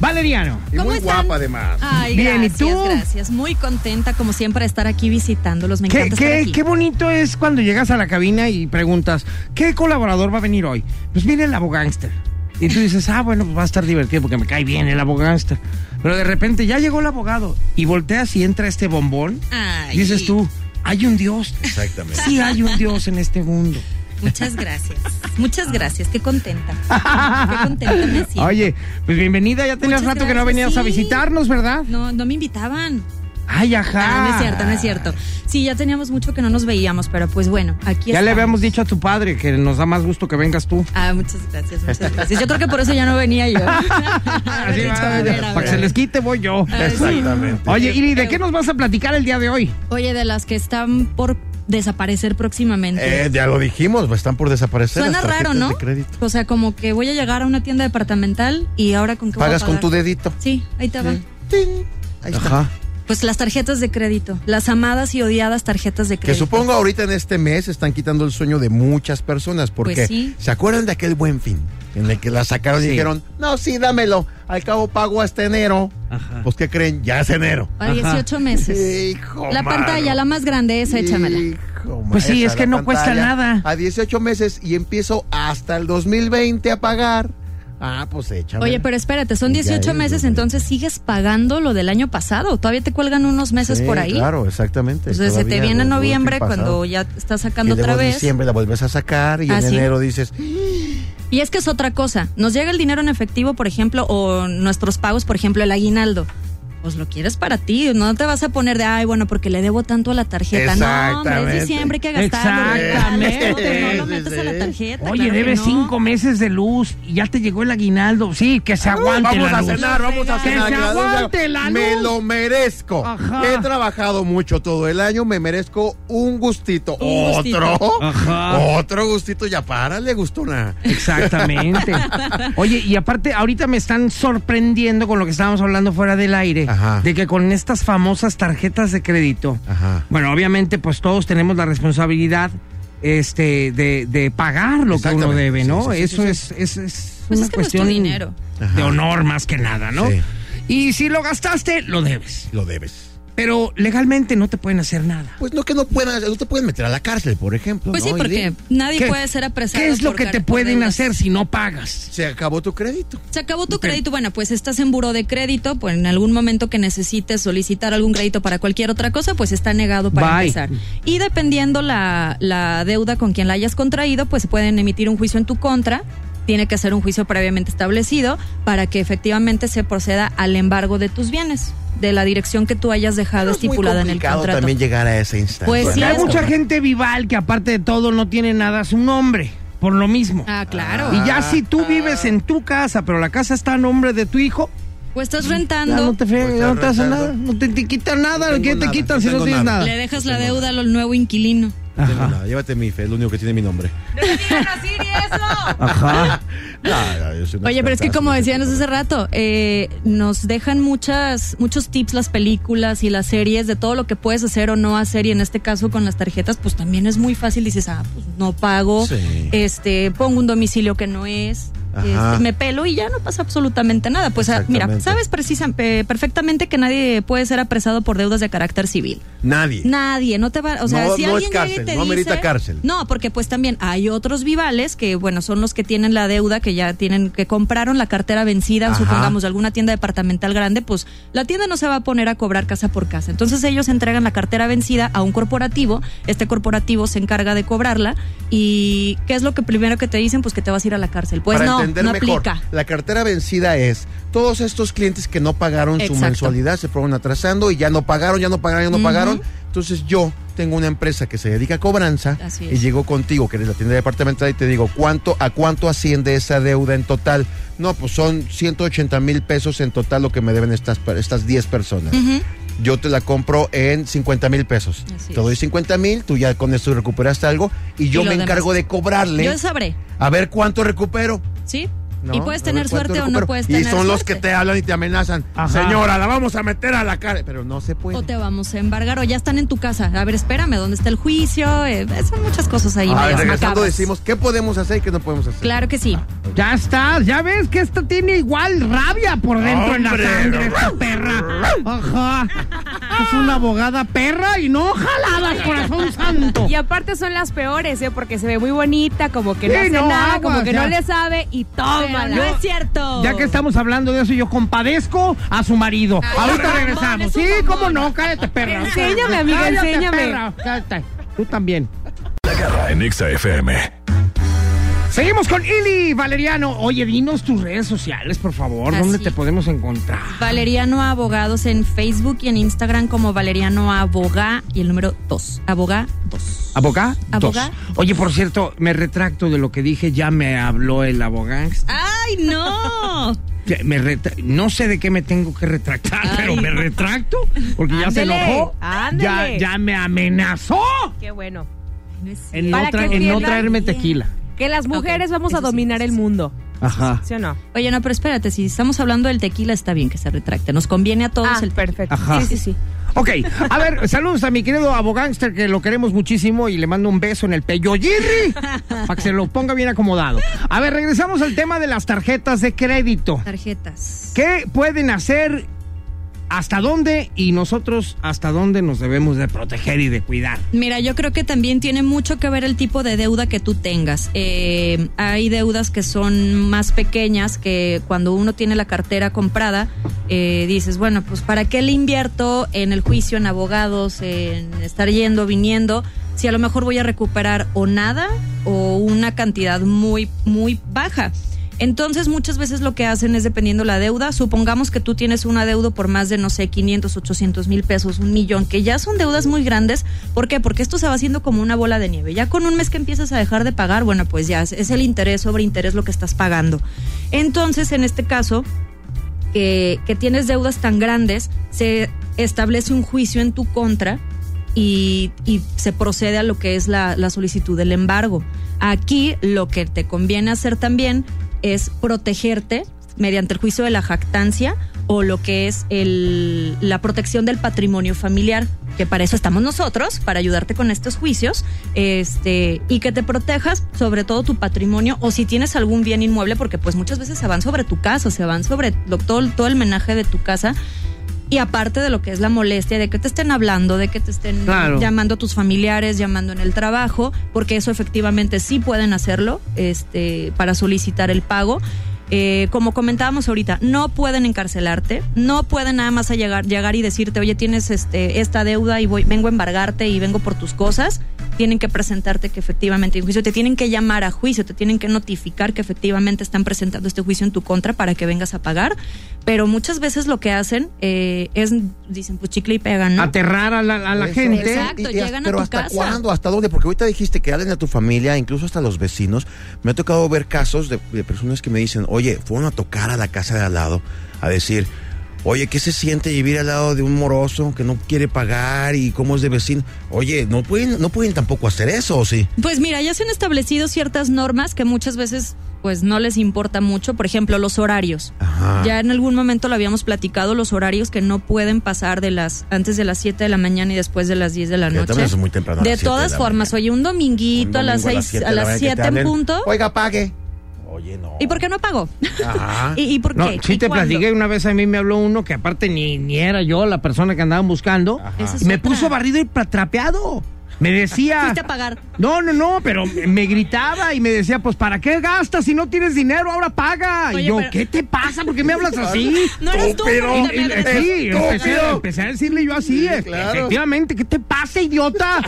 S1: Valeriano.
S3: Y
S4: ¿Cómo
S3: muy
S4: están?
S3: guapa además.
S6: Ah.
S4: Ay,
S1: Bien, ¿y
S4: gracias,
S1: tú?
S4: gracias. Muy contenta, como siempre, de estar aquí visitándolos. Me
S1: Qué,
S4: encanta estar
S1: qué-
S4: aquí.
S1: qué bonito es cuando llegas a la cabina y preguntas, ¿qué colaborador va a venir hoy? Pues viene el abogánster. Y tú dices, ah, bueno, pues va a estar divertido porque me cae bien el abogánster. Pero de repente ya llegó el abogado y volteas y entra este bombón.
S4: Ay.
S1: Y dices tú, hay un Dios.
S3: Exactamente.
S1: Sí, hay un Dios en este mundo.
S4: Muchas gracias. Muchas gracias. Qué contenta. Qué contenta me siento.
S1: Oye, pues bienvenida, ya tenías
S4: Muchas
S1: rato que no
S4: gracias,
S1: venías a
S4: sí.
S1: visitarnos, ¿verdad?
S4: No, no me invitaban.
S1: Ay, ajá.
S4: Ah, no es cierto, no es cierto. Sí, ya teníamos mucho que no nos veíamos, pero pues bueno, aquí
S1: Ya le
S4: estamos.
S1: habíamos dicho a tu padre que nos da más gusto que vengas tú.
S4: Ah, muchas gracias, muchas gracias. Yo creo que por eso ya no
S1: *laughs*
S4: venía yo.
S1: Así va, Ah, para que se les quite voy yo.
S3: Exactamente.
S1: Oye, Iri, ¿de qué nos vas a platicar el día de hoy?
S4: Oye, de las que están por desaparecer próximamente.
S3: Eh, ya lo dijimos, están por desaparecer.
S4: Suena
S3: las tarjetas
S4: raro, ¿no?
S3: de crédito.
S4: O sea, como que voy a llegar a una tienda departamental y ahora con qué voy a
S3: Pagas con
S4: pagar?
S3: tu dedito.
S4: Sí, ahí te va.
S3: Tin. Ahí está.
S4: Pues las tarjetas de crédito, las amadas y odiadas tarjetas de
S3: Que
S4: crédito.
S3: supongo ahorita en este mes están quitando el sueño de muchas personas porque
S4: Pues sí.
S3: se acuerdan de aquel buen fin en el que la sacaron y
S1: Sí.
S3: dijeron, no, sí, dámelo, al cabo pago hasta enero.
S1: Ajá.
S3: Pues ¿qué creen? Ya es enero.
S4: A 18 meses.
S3: Hijo
S4: La
S3: mano.
S4: pantalla, la más grande, esa, échamela.
S3: Hijo,
S1: Pues sí,
S3: maestra,
S1: es que
S3: la
S1: no cuesta
S3: pantalla
S1: nada.
S3: A 18 meses y empiezo hasta el 2020 a pagar. Ah, pues échamela.
S4: Oye, pero espérate, son
S3: Ya
S4: 18
S3: es,
S4: meses,
S3: güey.
S4: entonces sigues pagando lo del año pasado. Todavía te cuelgan unos meses
S3: Sí,
S4: por ahí.
S3: Claro, exactamente.
S4: Entonces se te
S3: Todavía
S4: viene
S3: lo- lo
S4: noviembre
S3: que pasa.
S4: cuando ya estás
S3: Y
S4: sacando
S3: luego
S4: otra
S3: en
S4: vez.
S3: diciembre la vuelves a sacar y
S4: Ah,
S3: en
S4: sí.
S3: enero dices,
S4: Y es que es otra cosa. Nos llega el dinero en efectivo, por ejemplo, o nuestros pagos, por ejemplo, el aguinaldo. Pues lo quieres para ti, no te vas a poner de, ay, bueno, porque le debo tanto a la tarjeta. No, hombre,
S3: Exactamente.
S4: es diciembre, hay que gastarlo.
S1: Exactamente.
S4: No, no lo
S3: Sí,
S4: metas
S3: sí,
S4: a la
S3: sí.
S4: tarjeta.
S1: Oye,
S4: claro que
S1: debes
S4: no.
S1: cinco meses de luz y ya te llegó el aguinaldo. Sí, que se aguante
S3: Ah, Vamos
S1: la
S3: a
S1: luz.
S3: cenar, vamos a
S1: Que
S3: cenar.
S1: se
S3: que la luz-
S1: aguante la
S3: Me
S1: luz.
S3: lo merezco.
S1: Ajá.
S3: He trabajado mucho todo el año, me merezco un gustito.
S4: Un gustito.
S3: Otro.
S1: Ajá.
S3: Otro gustito. Ya párale,
S4: *laughs*
S3: gustona.
S1: Exactamente. Oye, y aparte, ahorita me están sorprendiendo con lo que estábamos hablando fuera del aire,
S3: Ajá.
S1: de que con estas famosas tarjetas de crédito,
S3: Ajá.
S1: bueno, obviamente, pues todos tenemos la responsabilidad este, de, de pagar lo que uno
S3: Exactamente.
S1: debe, ¿no?
S3: Sí, sí, sí,
S1: Eso
S3: sí,
S1: es, es, es
S4: Pues
S1: una
S4: es que no es tu
S1: cuestión
S4: dinero.
S1: de honor más que nada, ¿no?
S3: Sí.
S1: Y si lo gastaste, lo debes.
S3: Lo debes.
S1: Pero legalmente no te pueden hacer nada.
S3: Pues no que no puedan, no te pueden meter a la cárcel, por ejemplo.
S4: Pues sí,
S3: ¿no? Y
S4: porque
S3: bien,
S4: nadie
S1: ¿Qué-
S4: puede ser apresado.
S1: ¿Qué es lo
S4: por
S1: que
S4: car-
S1: te
S4: por
S1: pueden
S4: deudas.
S1: hacer si no pagas?
S3: Se acabó tu crédito.
S4: Se acabó tu crédito, bueno, pues estás en buro de crédito, pues en algún momento que necesites solicitar algún crédito para cualquier otra cosa, pues está negado para
S1: Bye.
S4: empezar. Y dependiendo la, la deuda con quien la hayas contraído, pues pueden emitir un juicio en tu contra. Tiene que ser un juicio previamente establecido para que efectivamente se proceda al embargo de tus bienes, de la dirección que tú hayas dejado
S3: Es muy
S4: estipulada en el
S3: complicado
S4: contrato.
S3: también llegar a esa instancia.
S4: Pues sí,
S1: Hay
S4: es
S1: mucha
S4: como-
S1: gente vival que aparte de todo no tiene nada a su nombre, por lo mismo.
S4: Ah, claro.
S1: Y ya si tú vives en tu casa, pero la casa está a nombre de tu hijo,
S4: O estás
S1: ya
S4: rentando.
S1: no te, fre-
S3: Pues
S1: no te hace
S3: rentando.
S1: nada, no te, te quitan nada,
S3: No
S1: ¿qué
S3: tengo
S1: te
S3: nada,
S1: quitan
S3: no
S1: si no
S3: tengo
S1: tienes
S3: nada.
S1: nada?
S4: Le dejas la deuda al nuevo inquilino.
S3: No tengo nada, Llévate mi fe, es lo único que tiene mi nombre. *laughs*
S1: Ajá.
S3: Ah, yo soy una
S4: Oye, pero es que
S3: expertaza,
S4: como
S3: no sé
S4: decían
S3: qué
S4: hace
S3: cosa.
S4: rato, eh, nos dejan muchas, muchos tips las películas y las series de todo lo que puedes hacer o no hacer y en este caso con las tarjetas, pues también es muy fácil. Dices, ah, pues no pago,
S3: Sí.
S4: este, pongo un domicilio que no es.
S3: Ajá.
S4: este, me pelo y ya no pasa absolutamente nada. Pues ah, mira,
S3: Exactamente.
S4: sabes precisa- eh, perfectamente que nadie puede ser apresado por deudas de carácter civil.
S7: Nadie.
S4: Nadie, no te va, o sea,
S7: No-
S4: si
S7: no es
S4: alguien llega y
S7: cárcel,
S4: te
S7: no amerita
S4: dice-
S7: cárcel.
S4: No, porque pues también hay otros vivales que bueno, son los que tienen la deuda que ya tienen que compraron la cartera vencida,
S7: Ajá.
S4: supongamos de alguna tienda departamental grande, pues la tienda no se va a poner a cobrar casa por casa. Entonces ellos entregan la cartera vencida a un corporativo, este corporativo se encarga de cobrarla y ¿qué es lo que primero que te dicen? Pues que te vas a ir a la cárcel. Pues
S7: Para
S4: no,
S7: entender
S4: no
S7: mejor,
S4: aplica.
S3: La cartera vencida es todos estos clientes que no pagaron su
S4: Exacto.
S3: mensualidad, se fueron atrasando y ya no pagaron, ya no pagaron, ya no
S4: Ujú.
S3: pagaron. Entonces yo tengo una empresa que se dedica a cobranza
S4: Así
S3: y
S4: es.
S3: llego contigo, que eres la tienda departamental, y te digo, ¿cuánto, ¿a cuánto asciende esa deuda en total? No, pues son 180 mil pesos en total lo que me deben estas, per- estas 10 personas.
S4: Ujú.
S3: Yo te la compro en 50 mil pesos.
S4: Así
S3: te doy
S4: es.
S3: 50 mil, tú ya con esto recuperaste algo y yo
S4: Y
S3: me
S4: lo
S3: encargo
S4: demás.
S3: de cobrarle
S4: Yo sabré,
S3: a ver cuánto recupero.
S4: ¿sí?
S3: ¿no?
S4: y puedes
S3: A
S4: tener
S3: ver cuánto
S4: suerte o no
S3: recupero.
S4: puedes
S3: Y
S4: tener
S3: son los
S4: suerte.
S3: que te hablan y te amenazan.
S1: Ajá.
S3: Señora, la vamos a meter a la cara. Pero no se puede.
S4: O te vamos a embargar, o ya están en tu casa. A ver, espérame, ¿dónde está el juicio? Eh, son muchas cosas ahí.
S3: a ver,
S4: medias
S3: regresando
S4: macabras.
S3: decimos qué podemos hacer y qué no podemos hacer.
S4: Claro que sí.
S1: Ya está, ya ves que esta tiene igual rabia por dentro en la
S3: ¡Hombre!
S1: sangre, esta perra. Ajá. Es una abogada perra y no jaladas, corazón santo.
S6: Y aparte son las peores, ¿eh? Porque se ve muy bonita, como que no
S1: Sí,
S6: hace
S1: no,
S6: nada,
S1: aguas,
S6: como que
S1: ya.
S6: no le sabe y
S4: Pero no
S6: tómala.
S4: es cierto.
S1: Ya que estamos hablando de eso, yo compadezco a su marido. Ahorita
S4: mamón,
S1: regresamos.
S4: es un
S1: Sí,
S4: mamón.
S1: cómo no, cállate, perra.
S6: Enséñame, amiga,
S1: Cállate,
S6: enséñame.
S1: perra, Cállate. Tú también.
S5: La garra en Exa FM.
S1: Seguimos con Ili Valeriano. Oye, dinos tus redes sociales, por favor.
S4: Ah,
S1: ¿Dónde
S4: sí.
S1: te podemos encontrar?
S4: Valeriano Abogados en Facebook y en Instagram como Valeriano Abogá y el número 2. Abogá 2.
S1: ¿Abogá? Dos.
S4: Abogá.
S1: Oye, por cierto, me retracto de lo que dije. Ya me habló el abogán.
S4: ¡Ay, *laughs* no!
S1: Que me retra- no sé de qué me tengo que retractar,
S4: Ay.
S1: pero me retracto porque ya se
S6: Ándele,
S1: enojó. Ya,
S6: ándele.
S1: ya me amenazó
S6: Qué bueno.
S4: No es
S1: en
S4: cierto.
S1: no,
S6: Para
S1: tra-
S6: que
S1: en no
S6: entiendan
S1: traerme
S4: bien.
S1: tequila.
S6: Que las mujeres
S4: Ok,
S6: vamos a
S4: eso sí,
S6: dominar
S4: eso
S6: el
S4: sí.
S6: mundo.
S1: Ajá.
S6: ¿Sí o no?
S4: Oye, no, pero espérate, si estamos hablando del tequila, está bien que se retracte. Nos conviene a todos
S6: Ah,
S4: el
S6: perfecto.
S1: Ajá.
S6: Sí, sí, sí.
S1: Ok, a ver, saludos a mi querido abogánster que lo queremos muchísimo y le mando un beso en el peyoyirri para que se lo ponga bien acomodado. A ver, regresamos al tema de las tarjetas de crédito.
S4: Tarjetas.
S1: ¿Qué pueden hacer? ¿Hasta dónde? Y nosotros, ¿hasta dónde nos debemos de proteger y de cuidar?
S4: Mira, yo creo que también tiene mucho que ver el tipo de deuda que tú tengas. Eh, hay deudas que son más pequeñas que cuando uno tiene la cartera comprada, eh, dices, bueno, pues ¿para qué le invierto en el juicio, en abogados, en estar yendo, viniendo? Si a lo mejor voy a recuperar o nada o una cantidad muy, muy baja. Entonces muchas veces lo que hacen es dependiendo la deuda, supongamos que tú tienes un adeudo por más de, no sé, 500, 800 mil pesos, un millón, que ya son deudas muy grandes. ¿Por qué? Porque esto se va haciendo como una bola de nieve. Ya con un mes que empiezas a dejar de pagar, bueno, pues ya es- es el interés sobre interés lo que estás pagando. Entonces, en este caso, que, que tienes deudas tan grandes, se establece un juicio en tu contra y, y se procede a lo que es la, la solicitud del embargo. Aquí lo que te conviene hacer también es protegerte mediante el juicio de la jactancia o lo que es el- la protección del patrimonio familiar, que para eso estamos nosotros, para ayudarte con estos juicios, este, y que te protejas sobre todo tu patrimonio o si tienes algún bien inmueble, porque pues muchas veces se van sobre tu casa, se van sobre lo- todo, todo el menaje de tu casa, y aparte de lo que es la molestia, de que te estén hablando, de que te estén
S1: Claro.
S4: llamando a tus familiares, llamando en el trabajo, porque eso efectivamente sí pueden hacerlo este, para solicitar el pago. Eh, como comentábamos ahorita, no pueden encarcelarte, no pueden nada más a llegar, llegar y decirte, oye, tienes este, esta deuda y voy, vengo a embargarte y vengo por tus cosas. Tienen que presentarte que efectivamente hay un juicio, te tienen que llamar a juicio, te tienen que notificar que efectivamente están presentando este juicio en tu contra para que vengas a pagar. Pero muchas veces lo que hacen eh, es, dicen, pues chicle y pegan,
S1: Ah,
S4: ¿no?
S1: Aterrar a la, a la
S3: Eso.
S1: gente.
S4: Exacto,
S3: hasta-
S4: llegan a
S3: pero
S4: tu
S3: hasta
S4: casa.
S3: cuándo, hasta dónde, porque ahorita dijiste que hablen a tu familia, incluso hasta los vecinos. Me ha tocado ver casos de, de personas que me dicen, oye, fueron a tocar a la casa de al lado, a decir, oye, ¿qué se siente vivir al lado de un moroso que no quiere pagar y cómo es de vecino? Oye, no pueden, no pueden tampoco hacer eso, ¿o sí?
S4: Pues mira, ya se han establecido ciertas normas que muchas veces pues no les importa mucho, por ejemplo, los horarios.
S3: Ajá.
S4: Ya en algún momento lo habíamos platicado, los horarios que no pueden pasar de las antes de las 7 de la mañana y después de las 10 de la
S3: Que
S4: noche.
S3: también es muy temprano, a
S4: De
S3: las siete de
S4: todas
S3: la
S4: formas,
S3: mañana.
S4: oye, un dominguito
S3: Un
S4: a las
S3: domingo
S4: 6
S3: siete
S4: a
S3: de la
S4: las
S3: mañana que te
S4: 7 en
S3: hablen,
S4: punto.
S3: Oiga, pague.
S7: Oye, no.
S4: ¿Y por qué no pagó?
S3: Ajá.
S4: *laughs* ¿Y, y por
S1: No,
S4: qué?
S1: sí
S4: ¿Y
S1: te
S4: cuándo?
S1: platiqué una vez a mí me habló uno que aparte ni, ni era yo la persona que andaban buscando.
S4: Esa es
S1: Me
S4: otra.
S1: puso barrido y pra- trapeado. Me decía.
S4: Fuiste a pagar.
S1: No, no, no, pero me me gritaba y me decía, pues, ¿para qué gastas si no tienes dinero? Ahora paga.
S4: Oye,
S1: y yo,
S4: pero-
S1: ¿qué te pasa? ¿Por qué me hablas así?
S4: *laughs* No eres tú,
S1: Pero-
S4: Margarita,
S1: y- y-
S4: me
S1: sí,
S4: agradezco.
S1: empecé, empecé a decirle yo así, es-
S3: claro.
S1: efectivamente, ¿qué te pasa, idiota?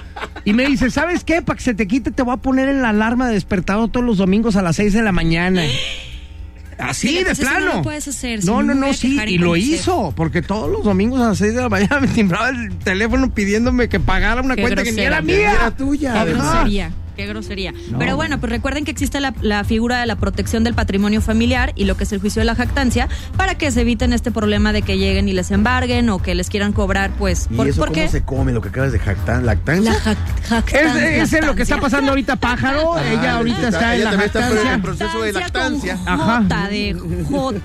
S1: Y me dice, ¿sabes qué? Para que se te quite, te voy a poner en la alarma de despertado todos los domingos a las 6 de la
S4: *gasps*
S1: mañana. Así,
S4: Fíjate,
S1: de
S4: pues eso no
S1: plano.
S4: lo puedes hacer, si
S1: No,
S4: no
S1: no,
S4: me voy
S1: no,
S4: a
S1: sí,
S4: quejar y
S1: y lo
S4: conocer.
S1: hizo, porque todos los domingos a las 6 de la mañana me timbraba el teléfono pidiéndome que pagara una
S6: Qué
S1: cuenta que ni
S6: grosera.
S1: era mía.
S3: Era tuya.
S4: Qué
S1: Ah.
S3: además.
S4: grosería, qué grosería. Pero bueno, pues recuerden que existe la, la figura de la protección del patrimonio familiar y lo que es el juicio de la jactancia para que se eviten este problema de que lleguen y les embarguen o que les quieran cobrar, pues,
S7: ¿Y
S4: por-
S7: eso
S4: porque
S7: cómo se come lo que acabas de jactar? ¿Lactancia?
S4: la jac- jactan-
S1: Es, es en lo que
S4: lactancia.
S1: está pasando ahorita Pájaro.
S3: Ah,
S1: ella ahorita está en
S3: ella
S1: la
S3: también está en el
S1: jactancia.
S3: proceso de
S4: Jactancia
S3: lactancia.
S4: con
S1: Ajá.
S4: J de J.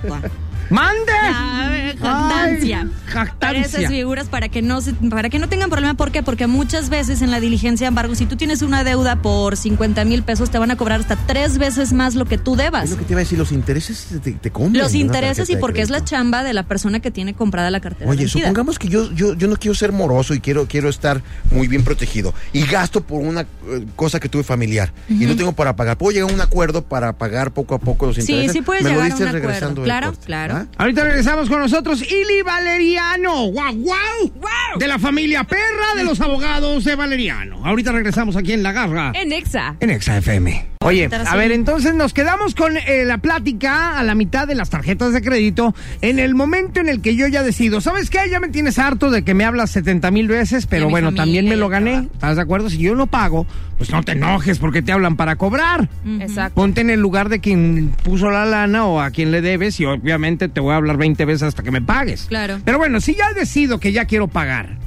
S1: ¡Mande!
S4: A ver, jactancia.
S1: Ay,
S4: Para esas
S1: jactancia.
S4: figuras para que no se- para que no tengan problema, ¿por qué? Porque muchas veces en la diligencia, embargo, si tú tienes una deuda por 50 mil pesos, te van a cobrar hasta tres veces más lo que tú debas.
S7: Es lo que te iba a decir, los intereses te, te comen.
S4: Los
S7: una
S4: intereses
S7: tarjeta
S4: y
S7: de
S4: porque es la
S7: crédito.
S4: chamba de la persona que tiene comprada la cartera.
S7: Oye,
S4: vencida.
S7: supongamos que yo, yo, yo no quiero ser moroso y quiero, quiero estar muy bien protegido. Y gasto por una eh, cosa que tuve familiar. Y no tengo para pagar. ¿Puedo llegar a un acuerdo para pagar poco a poco los intereses?
S4: Sí, sí puedes
S7: Me
S4: llegar a
S7: lo dices
S4: un acuerdo.
S7: regresando del
S4: Claro,
S7: corte,
S4: claro.
S7: ¿ah?
S1: Ahorita regresamos con nosotros Ili Valeriano. ¡Guau, guau! De la familia perra de los abogados de Valeriano. Ahorita regresamos aquí en La Garra.
S6: En Exa.
S1: En Exa FM. Oye,
S4: Estar
S1: a
S4: así.
S1: ver, entonces nos quedamos con eh, la plática a la mitad de las tarjetas de crédito en el momento en el que yo ya decido, ¿sabes qué? Ya me tienes harto de que me hablas 70 mil veces,
S4: Y a
S1: pero
S4: mi
S1: bueno,
S4: familia
S1: también me
S4: y
S1: lo
S4: el
S1: gané.
S4: trabajo.
S1: ¿Estás de acuerdo? Si yo no pago, pues no te enojes porque te hablan para cobrar.
S6: Exacto.
S1: Ponte en el lugar de quien puso la lana o a quien le debes y obviamente te voy a hablar 20 veces hasta que me pagues.
S4: Claro.
S1: Pero bueno, si ya decido que ya quiero pagar,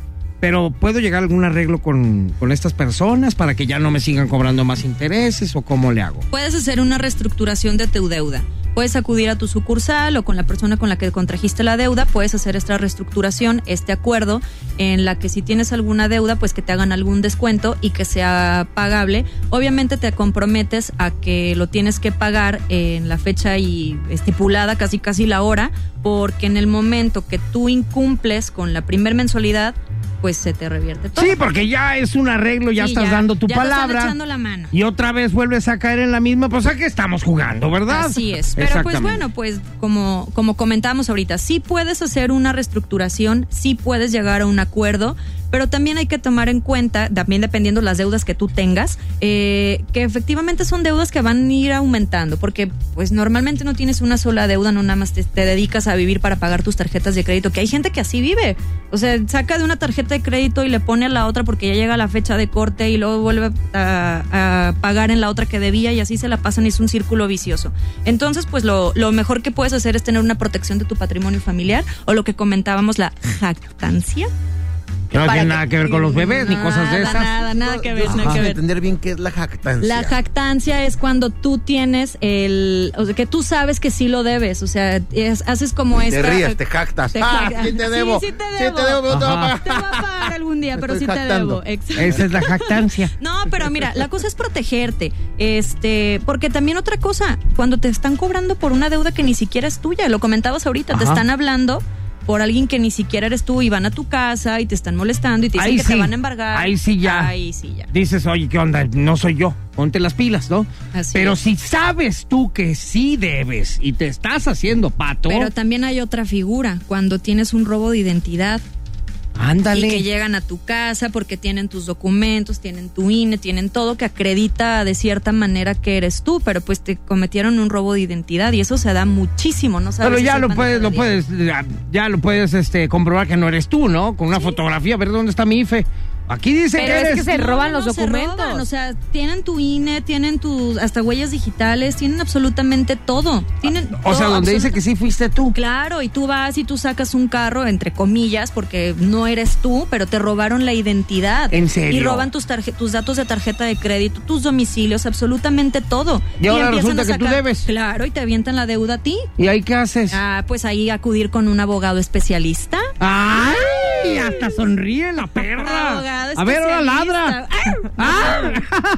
S1: pero ¿puedo llegar a algún arreglo con, con estas personas para que ya no me sigan cobrando más intereses o cómo le hago?
S4: Puedes hacer una reestructuración de tu deuda. Puedes acudir a tu sucursal o con la persona con la que contrajiste la deuda, puedes hacer esta reestructuración, este acuerdo, en la que si tienes alguna deuda, pues que te hagan algún descuento y que sea pagable. Obviamente te comprometes a que lo tienes que pagar en la fecha y estipulada, casi casi la hora, porque en el momento que tú incumples con la primer mensualidad, pues se te revierte todo.
S1: Sí, porque ya es un arreglo, ya
S4: Sí,
S1: estás
S4: ya-
S1: dando tu
S4: ya te están
S1: palabra.
S4: echando la mano.
S1: Y otra vez vuelves a caer en la misma, pues a qué estamos jugando, ¿verdad?
S4: Así es. Pero pues
S1: Exactamente.
S4: bueno, pues como, como comentábamos ahorita, sí puedes hacer una reestructuración, sí puedes llegar a un acuerdo, pero también hay que tomar en cuenta, también dependiendo las deudas que tú tengas, eh, que efectivamente son deudas que van a ir aumentando, porque pues normalmente no tienes una sola deuda, no nada más te, te dedicas a vivir para pagar tus tarjetas de crédito, que hay gente que así vive. O sea, saca de una tarjeta de crédito y le pone a la otra porque ya llega la fecha de corte y luego vuelve a, a pagar en la otra que debía y así se la pasan y es un círculo vicioso. Entonces, pues lo, lo mejor que puedes hacer es tener una protección de tu patrimonio familiar o lo que comentábamos, la jactancia.
S1: Que no
S4: Para
S1: tiene
S4: que-
S1: nada que ver con los bebés ni cosas de
S4: Nada,
S1: esas.
S4: Nada, nada que ver,
S7: Yo sí
S4: nada que
S7: quiero
S4: ver.
S7: Ah, entender bien qué es la jactancia.
S4: La jactancia es cuando tú tienes el. O sea, que tú sabes que sí lo debes. O sea, es- haces como
S7: Te
S4: esta.
S7: ríes, te jactas.
S4: te
S7: ah,
S4: jactas.
S7: sí te
S4: Sí,
S7: debo.
S4: sí te
S7: Sí te debo,
S4: debo.
S7: pero no te voy a pagar.
S1: Ajá.
S4: Te voy a pagar algún día,
S7: Me
S4: pero sí
S7: estoy
S4: te
S7: jactando.
S4: debo. Exacto.
S1: Esa es la jactancia.
S4: No, pero mira, la cosa es protegerte. Este, porque también otra cosa, cuando te están cobrando por una deuda que ni siquiera es tuya, lo comentabas ahorita, te
S1: Ajá.
S4: están hablando por alguien que ni siquiera eres tú y van a tu casa y te están molestando y te dicen
S1: Ahí
S4: que te
S1: sí.
S4: van a embargar.
S1: Ahí sí ya.
S4: Ahí sí ya.
S1: Dices, oye, ¿qué onda? No soy yo. Ponte las pilas, ¿no?
S4: Así
S1: Pero
S4: es.
S1: si sabes tú que sí debes y te estás haciendo pato,
S4: Pero también hay otra figura, cuando tienes un robo de identidad y que
S1: ándale.
S4: llegan a tu casa porque tienen tus documentos, tienen tu INE, tienen todo que acredita de cierta manera que eres tú, pero pues te cometieron un robo de identidad y eso se da muchísimo, ¿no sabes?
S1: Pero ya
S4: Es el
S1: lo
S4: pan de
S1: puedes,
S4: cada
S1: lo
S4: día.
S1: puedes, ya, ya lo puedes este, comprobar que no eres tú, ¿no? Con una fotografía, a ver dónde está mi IFE. Aquí dice
S2: Pero
S1: que
S2: es
S1: eres.
S2: que se
S4: No,
S2: roban
S4: no,
S2: los
S4: no, se
S2: documentos.
S4: roban, o sea, tienen tu INE, tienen tus hasta huellas digitales, tienen absolutamente todo. Tienen
S1: o sea,
S4: todo,
S1: donde dice que sí fuiste tú.
S4: Claro, y tú vas y tú sacas un carro, entre comillas, porque no eres tú, pero te robaron la identidad.
S1: ¿En serio?
S4: Y roban tus, tarje- tus datos de tarjeta de crédito, tus domicilios, absolutamente todo.
S1: Y ahora
S4: empiezan
S1: resulta
S4: a
S1: que tú debes.
S4: Claro, y te avientan la deuda a ti.
S1: ¿Y ahí qué haces?
S4: Ah, pues ahí acudir con un abogado especialista.
S1: ¡Ay! y hasta sonríe la perra.
S4: Abogado
S1: A ver, ahora ladra. Ah.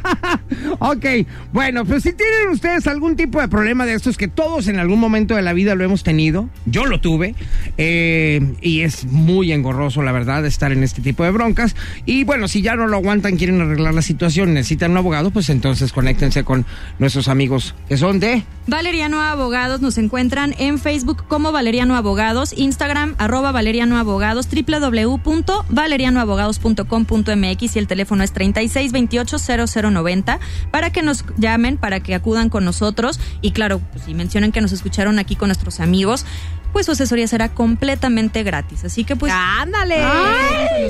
S1: *laughs* ok, bueno, pues si tienen ustedes algún tipo de problema de estos que todos en algún momento de la vida lo hemos tenido, yo lo tuve, eh, y es muy engorroso, la verdad, estar en este tipo de broncas. Y bueno, si ya no lo aguantan, quieren arreglar la situación, necesitan un abogado, pues entonces conéctense con nuestros amigos que son de...
S4: Valeriano Abogados nos encuentran en Facebook como Valeriano Abogados, Instagram arroba Valeriano Abogados, www.valerianoabogados.com.mx y el teléfono es 36280090 para que nos llamen, para que acudan con nosotros y claro, pues, si mencionan que nos escucharon aquí con nuestros amigos, pues su asesoría será completamente gratis. Así que pues...
S6: Ah. ¡Ándale!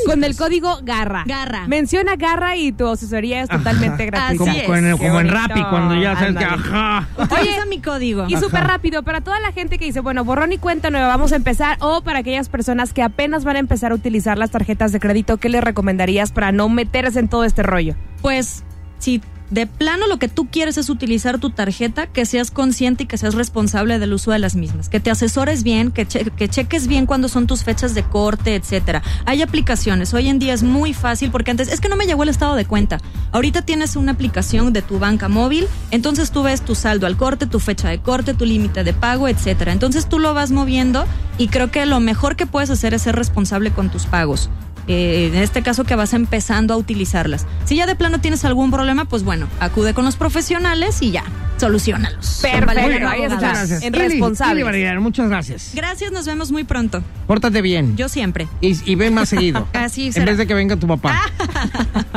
S6: Con el código GARRA.
S4: Garra.
S6: Menciona GARRA y tu asesoría es totalmente gratis.
S1: como,
S4: Así es.
S1: con- como en
S6: Qué bonito.
S1: Rappi, cuando ya saben que...
S6: Ándale.
S1: Ajá.
S4: Utiliza mi código.
S6: Y súper rápido, para toda la gente que dice, bueno, borrón y cuenta nueva, vamos a empezar, o para aquellas personas que apenas van a empezar a utilizar las tarjetas de crédito, ¿qué les recomendarías para no meterse en todo este rollo?
S4: pues si de plano lo que tú quieres es utilizar tu tarjeta, que seas consciente y que seas responsable del uso de las mismas, que te asesores bien, que, che- que cheques bien cuándo son tus fechas de corte, etcétera. Hay aplicaciones, hoy en día es muy fácil porque antes es que no me llegó el estado de cuenta. Ahorita tienes una aplicación de tu banca móvil, entonces tú ves tu saldo al corte, tu fecha de corte, tu límite de pago, etcétera. Entonces tú lo vas moviendo y creo que lo mejor que puedes hacer es ser responsable con tus pagos eh, en este caso que vas empezando a utilizarlas. Si ya de plano tienes algún problema, pues bueno, acude con los profesionales y ya, solucionalos.
S6: Perfecto,
S4: Vale,
S6: ahí
S4: abogadas.
S6: está.
S1: muchas gracias.
S6: en
S1: Ili, Ili
S6: responsables.
S1: Valeriano, muchas gracias.
S4: Gracias, nos vemos muy pronto.
S1: Pórtate bien.
S4: Yo siempre.
S1: Y, y ven más
S6: *laughs*
S1: seguido.
S6: Ah,
S4: Así
S1: En
S4: será.
S1: vez de que venga tu papá.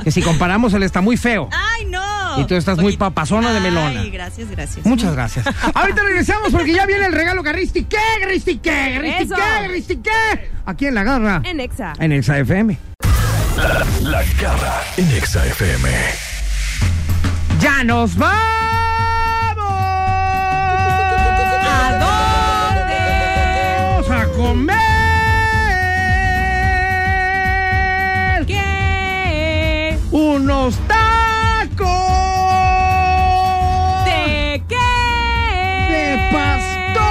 S1: que si comparamos, él está muy feo.
S4: ¡Ay, no!
S1: Y tú estás muy papazona de melona.
S4: Ay, gracias, gracias.
S1: Muchas gracias. Ahorita regresamos porque ya viene el regalo Garristi. ¿Qué? Garristi, ¿qué? Garristi,
S6: Eso.
S1: ¿qué? Garristi, ¿qué? Aquí en la garra.
S6: En Exa.
S1: En el FM.
S5: La garra en Exa FM.
S1: ¡Ya nos vamos! ¿A dónde? ¡A comer!
S6: ¿Qué?
S1: ¡Unos tacos!
S6: ¿De qué?
S1: de pastor.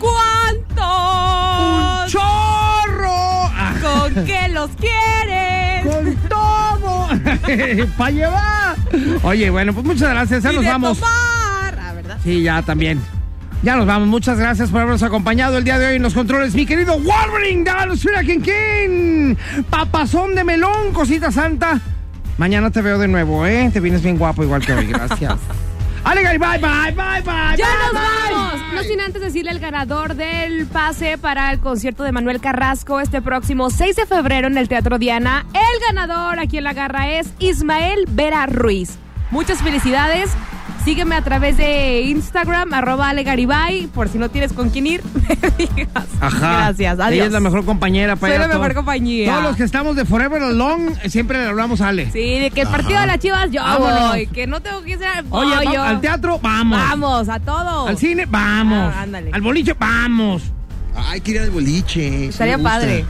S6: ¿Cuántos?
S1: Chorro. Ah,
S6: ¿Con qué los quieres?
S1: Con todo. *laughs* Para llevar. Oye, bueno, pues muchas gracias. Ya
S6: Y
S1: nos
S6: de
S1: vamos.
S6: tomar. Ah, ¿verdad?
S1: Sí, ya también. Ya nos vamos. Muchas gracias por habernos acompañado el día de hoy en los controles. Mi querido Wolverine, Dallas Hurricane King. Papazón de melón, cosita santa. Mañana te veo de nuevo, ¿eh? Te vienes bien guapo igual que hoy.
S6: *laughs*
S1: Gracias. Ale, bye, bye, bye, bye.
S6: ¡Ya
S1: bye,
S6: nos
S1: bye.
S6: vamos! No sin antes decirle el ganador del pase para el concierto de Manuel Carrasco este próximo 6 de febrero en el Teatro Diana. El ganador aquí en la garra es Ismael Vera Ruiz. Muchas felicidades. Sígueme a través de Instagram, arroba alegaribay, por si no tienes con quién ir, *laughs* me digas.
S1: Ajá.
S6: Gracias, adiós.
S1: Ella es la mejor compañera para ir
S6: Soy
S1: a
S6: la mejor
S1: todo.
S6: compañía.
S1: Todos los que estamos de Forever Alone eh, siempre le hablamos a Ale.
S6: Sí, de que el partido de las chivas yo
S1: Vámonos.
S6: voy, que no tengo que ir al
S1: Oye,
S6: voy
S1: va-
S6: yo.
S1: al teatro, vamos.
S6: Vamos, a todos.
S1: Al cine, vamos.
S6: Ah, ándale.
S1: al boliche, vamos.
S3: Ay, que ir al boliche. sí me
S6: Estaría
S3: gusta.
S6: padre.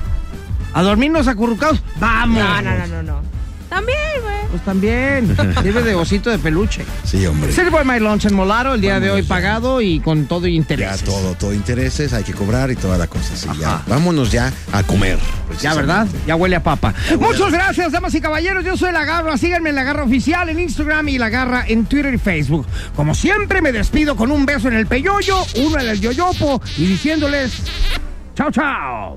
S1: A dormirnos acurrucados, vamos.
S6: No, no, no, no, no. También, güey.
S1: Pues también. Debe de osito de peluche.
S3: Sí, hombre.
S1: Se my lunch en Molaro el día de hoy
S3: Vámonos ya.
S1: pagado y con todo y
S3: Ya
S1: interés.
S3: todo, todo intereses, hay que cobrar y toda la cosa. Sí, ya. Vámonos ya a comer.
S1: Ya, ¿verdad? Ya huele a papa. Muchas gracias, damas y caballeros. Yo soy La Garra. Síganme en La Garra Oficial en Instagram y La Garra en Twitter y Facebook. Como siempre, me despido con un beso en el peyoyo, uno en el yoyopo y diciéndoles chao, chao.